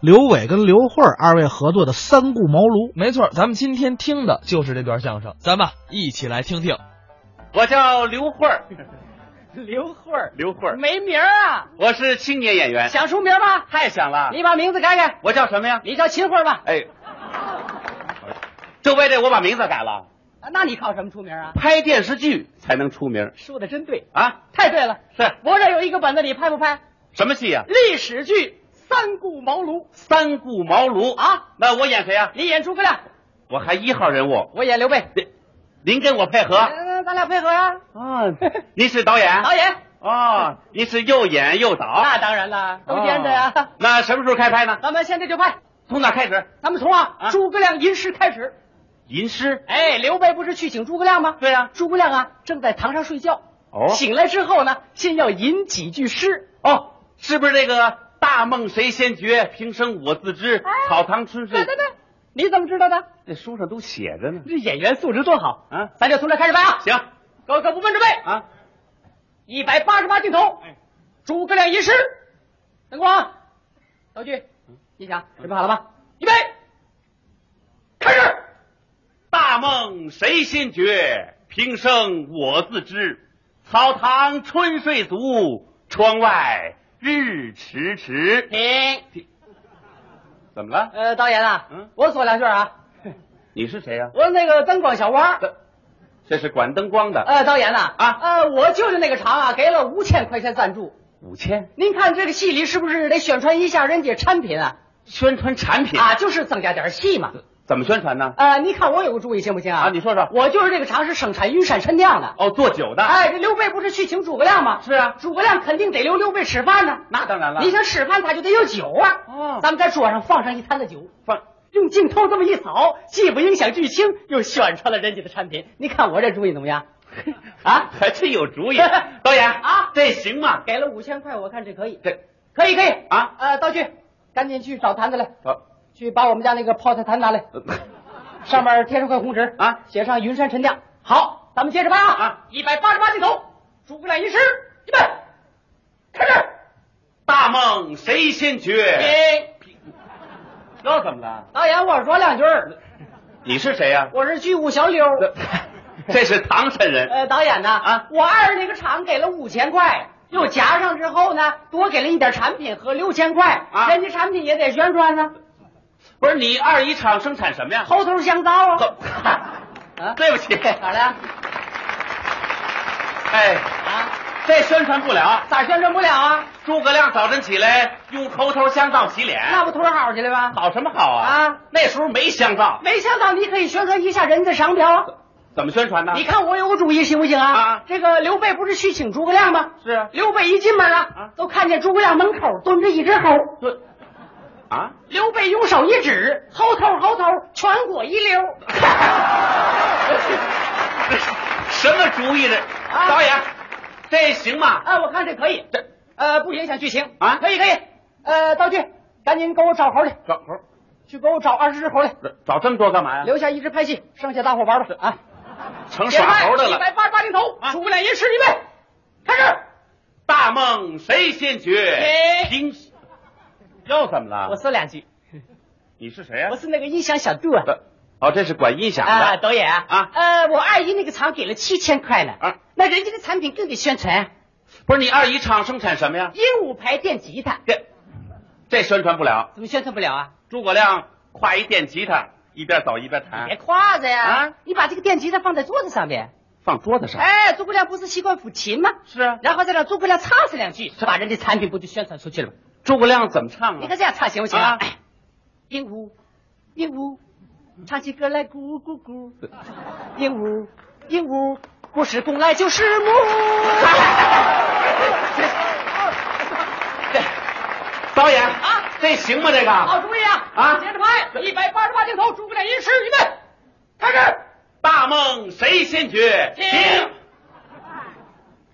刘伟跟刘慧儿二位合作的《三顾茅庐》。没错，咱们今天听的就是这段相声，咱们啊一起来听听。我叫刘慧儿， 刘慧儿，刘慧儿，没名儿啊！我是青年演员，想出名吗？太想了。你把名字改改，我叫什么呀？你叫秦慧儿吧。哎，就为 这我把名字改了，啊那你靠什么出名啊？拍电视剧才能出名说的真对，啊？太对了。是我这有一个本子，你拍不拍？什么戏呀、历史剧《三顾茅庐》三顾茅庐啊！那我演谁呀、你演诸葛亮，我还一号人物，我演刘备。您您跟我配合嗯，咱俩配合呀、啊？您是导演？导演，哦，您是又演又导？哎那当然了，都兼着呀。哦那什么时候开拍呢？ 咱们现在就拍，从哪开始？咱们从啊啊诸葛亮吟诗开始。吟诗？哎，刘备不是去请诸葛亮吗？对呀诸葛亮啊正在堂上睡觉，哦醒来之后呢，先要吟几句诗。哦，是不是这个“大梦谁先觉，平生我自知”？草堂春睡哎对，对对，你怎么知道的？这书上都写着呢。这演员素质多好啊咱就从这开始拍啊！，行各位各部门准备，啊，一百八十八镜头，哎诸葛亮吟诗，灯光，道具，音响，准备好了吗？预备，开始。大梦谁先觉，平生我自知。草堂春睡足，窗外日迟迟。停。怎么了？呃，导演啊，嗯我说两句啊，你是谁呀、我那个灯光小王，这这是管灯光的，呃，导演呐、啊呃，我舅舅那个厂啊，给了五千块钱赞助。五千您看这个戏里是不是得宣传一下人家产品啊？宣传产品啊，就是增加点戏嘛。怎么宣传呢？呃，你看我有个主意行不行啊？啊你说说我就是这个厂是生产云山陈酿的。哦，做酒的。哎，这刘备不是去请诸葛亮吗？是啊诸葛亮肯定得留刘备吃饭呢。那当然了你想吃饭，他就得有酒啊。哦咱们在桌上放上一坛子酒，放用镜头这么一扫，既不影响剧情，又宣传了人家的产品。你看我这主意怎么样？ 啊，还真有主意。 导演 啊这行吗？给了五千块，我看这可以，这可以，可以啊呃，道具，赶紧去找坛子来，啊去把我们家那个泡菜坛拿来，上面贴上块红纸啊写上云山陈酿。好，咱们接着拍啊！啊，一百八十八镜头，诸葛亮吟诗，预备，开始。大梦谁先觉？给又怎么了？导演，我说两句儿，你是谁呀、我是剧务小刘。这是唐山人。呃，导演呢？啊嗯我二那个厂给了五千块，又加上之后呢，多给了一点产品和六千块，啊人家产品也得宣传呢，不是你二一厂生产什么呀？猴头香皂啊。嗯啊， 对不起，咋了？哎，啊，这宣传不了。咋宣传不了啊？诸葛亮早晨起来用猴头香皂洗脸，那不同人好去了吗？好什么好啊？啊，那时候没香皂，没想到你可以宣传一下人家商标啊！怎么宣传呢？你看我有个主意行不行啊？啊这个刘备不是去请诸葛亮吗？是啊刘备一进门啊啊，都看见诸葛亮门口蹲着一只猴。对啊，刘备用手一指，猴头猴头，全国一流。 什么主意这？啊导演，这行吗？啊，我看这可以，这呃不影响剧情啊可以可以。呃，道具，赶紧给我找猴去，找猴，去给我找二十只猴来，找这么多干嘛呀？留下一只拍戏，剩下大伙玩吧啊。成耍猴的一百了。八十八零头，啊诸葛亮吟诗预备，开始。大梦谁先觉谁？平时又怎么了？我说两句，你是谁呀、我是那个音响小杜啊。呃哦，这是管音响的。啊，导演啊呃，我二姨那个厂给了七千块呢，啊那人家的产品更得宣传啊，不是你二姨厂生产什么呀？鹦鹉牌电吉他这这宣传不了。怎么宣传不了啊？诸葛亮挎一电吉他，一边走一边别弹，挎着呀，啊你把这个电吉他放在桌子上面，放桌子上。哎，诸葛亮不是习惯抚琴吗？是啊，然后再让诸葛亮唱上两句，把人家产品不就宣传出去了吗？诸葛亮怎么唱你啊看？这样唱行不行啊啊？哎鹦鹉，鹦鹉，唱起歌来咕咕咕。鹦鹉，鹦鹉，不是公来就是母。哎导演啊这行吗？这个好主意啊！啊接着拍，一百八十八镜头，诸葛亮吟诗，预备，开始。大梦谁先觉？停！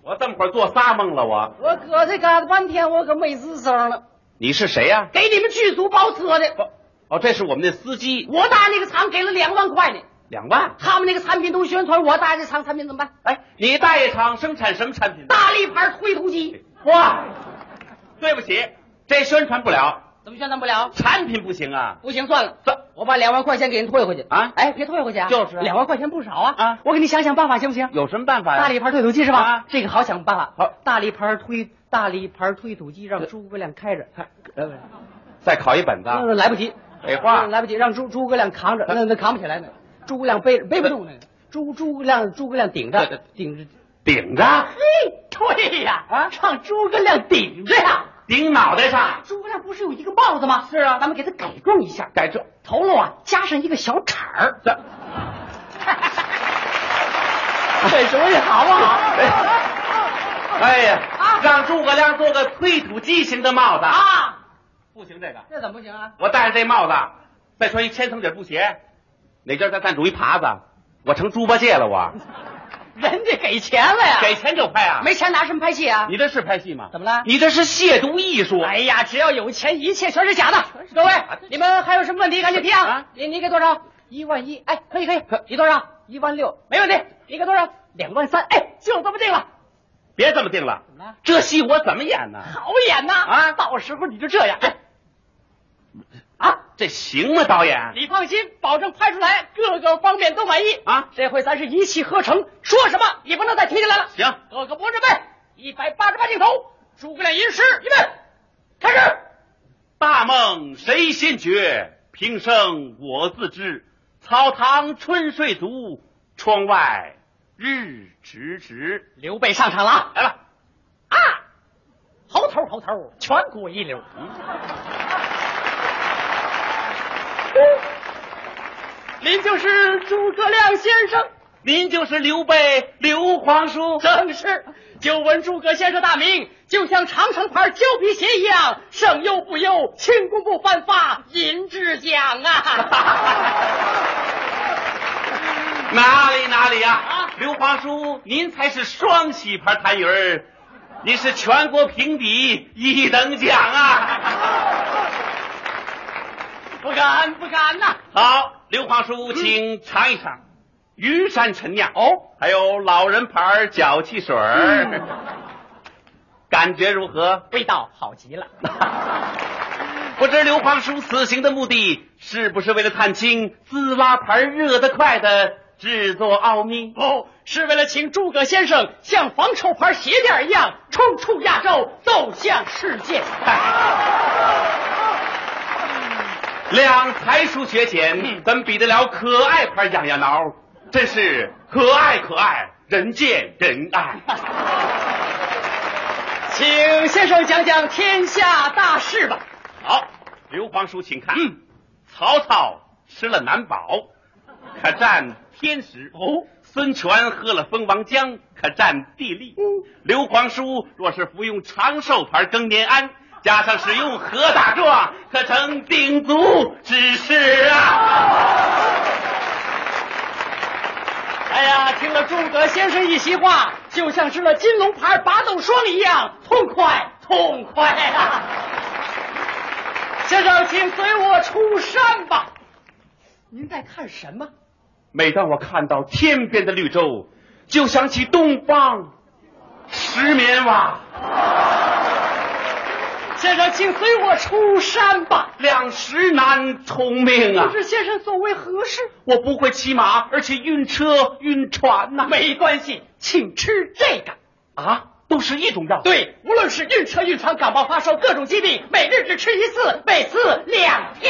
我这么会儿做仨梦了，我。我搁这嘎达半天，我可没吱声了。你是谁呀、给你们剧组包车的，哦，这是我们的司机，我大那个厂给了两万块呢，两万。他们那个产品都宣传，我大这厂产品怎么办？哎，你大爷厂生产什么产品呢？大力牌推土机。哇，对不起，这宣传不了。怎么宣传不了？产品不行啊，不行，算了，算我把两万块钱给人退回去啊哎，别退回去啊！就是啊两万块钱不少啊！啊我给你想想办法行不行？有什么办法呀？大力牌推土机是吧？啊这个好想办法。好，大力牌推大力牌推土机，让诸葛亮开着，哎呃，再考一本子，那来不及，废话来不及，让诸诸葛亮扛着，哎那那扛不起来呢，诸葛亮背着背不动那个，诸诸葛亮诸葛亮顶对着对顶着，顶着，嘿，对呀，啊，让诸葛亮顶着呀。顶脑袋上，诸葛亮不是有一个帽子吗？是啊，咱们给他改装一下，改正。头颅啊加上一个小铲 儿。这 这主意好不好？哎呀啊，让诸葛亮做个推土机型的帽子啊！啊，不行，这个这怎么不行啊？我戴上这帽子，再穿一千层底布鞋，哪家再赞助一耙子，我成猪八戒了 我。人家给钱了呀，给钱就拍啊！没，钱拿什么拍戏啊？你这是拍戏吗？怎么了你这是亵渎艺术！哎呀，只要有钱，一切全是假的。各位，你们还有什么问题赶紧提啊啊！你你给多少？一万一，哎，可以可以。啊你多少？一万六，没问题。你给多少？两万三，哎，就这么定了。别这么定了，怎么了？这戏我怎么演呢？好演呐！啊 到时候你就这样。哎啊，这行吗，导演？你放心，保证拍出来各个方面都满意啊这回咱是一气呵成，说什么也不能再停下来了。行各个博士们，一百八十八镜头，诸葛亮吟诗，预备，开始。大梦谁先觉？平生我自知。草堂春睡足，窗外日迟迟。刘备上场了啊！来了，啊，猴头猴头，全国一流。您就是诸葛亮先生，您就是刘备刘皇叔。正是。久闻诸葛先生大名，就像长城牌胶皮鞋一样，胜优不忧，轻功不犯法，银质奖啊！ 哪里哪里呀、啊刘皇叔，您才是双喜牌痰盂儿，您是全国评比一等奖啊！ 不敢不敢呐、好，刘皇叔，请尝一尝云山陈酿嗯哦，嗯还有老人牌脚气水儿，感觉如何？味道好极了。 不知刘皇叔此行的目的是不是为了探清自拉牌热得快的制作奥秘？哦，是为了请诸葛先生像防臭牌鞋垫一样冲出亚洲，走向世界。 两才疏学浅，怎比得了可爱牌痒痒挠？真是可爱可爱，人见人爱。请先生讲讲天下大事吧。好，刘皇叔，请看，嗯，曹操吃了难保，可占天时；哦，孙权喝了蜂王浆，可占地利。刘皇叔若是服用长寿牌更年安，加上使用何大壮，可成鼎足之势啊！哎呀，听了诸葛先生一席话，就像吃了金龙牌拔豆霜一样痛快，痛快啊！先生，请随我出山吧。您在看什么？每当我看到天边的绿洲，就想起东方石棉瓦先生，请随我出山吧。两石难从命啊不！知先生所为何事？我不会骑马，而且晕车晕船呐、没关系，请吃这个。啊，都是一种药。，对，无论是晕车、晕船、感冒、发烧，各种疾病，每日只吃一次，每次两天。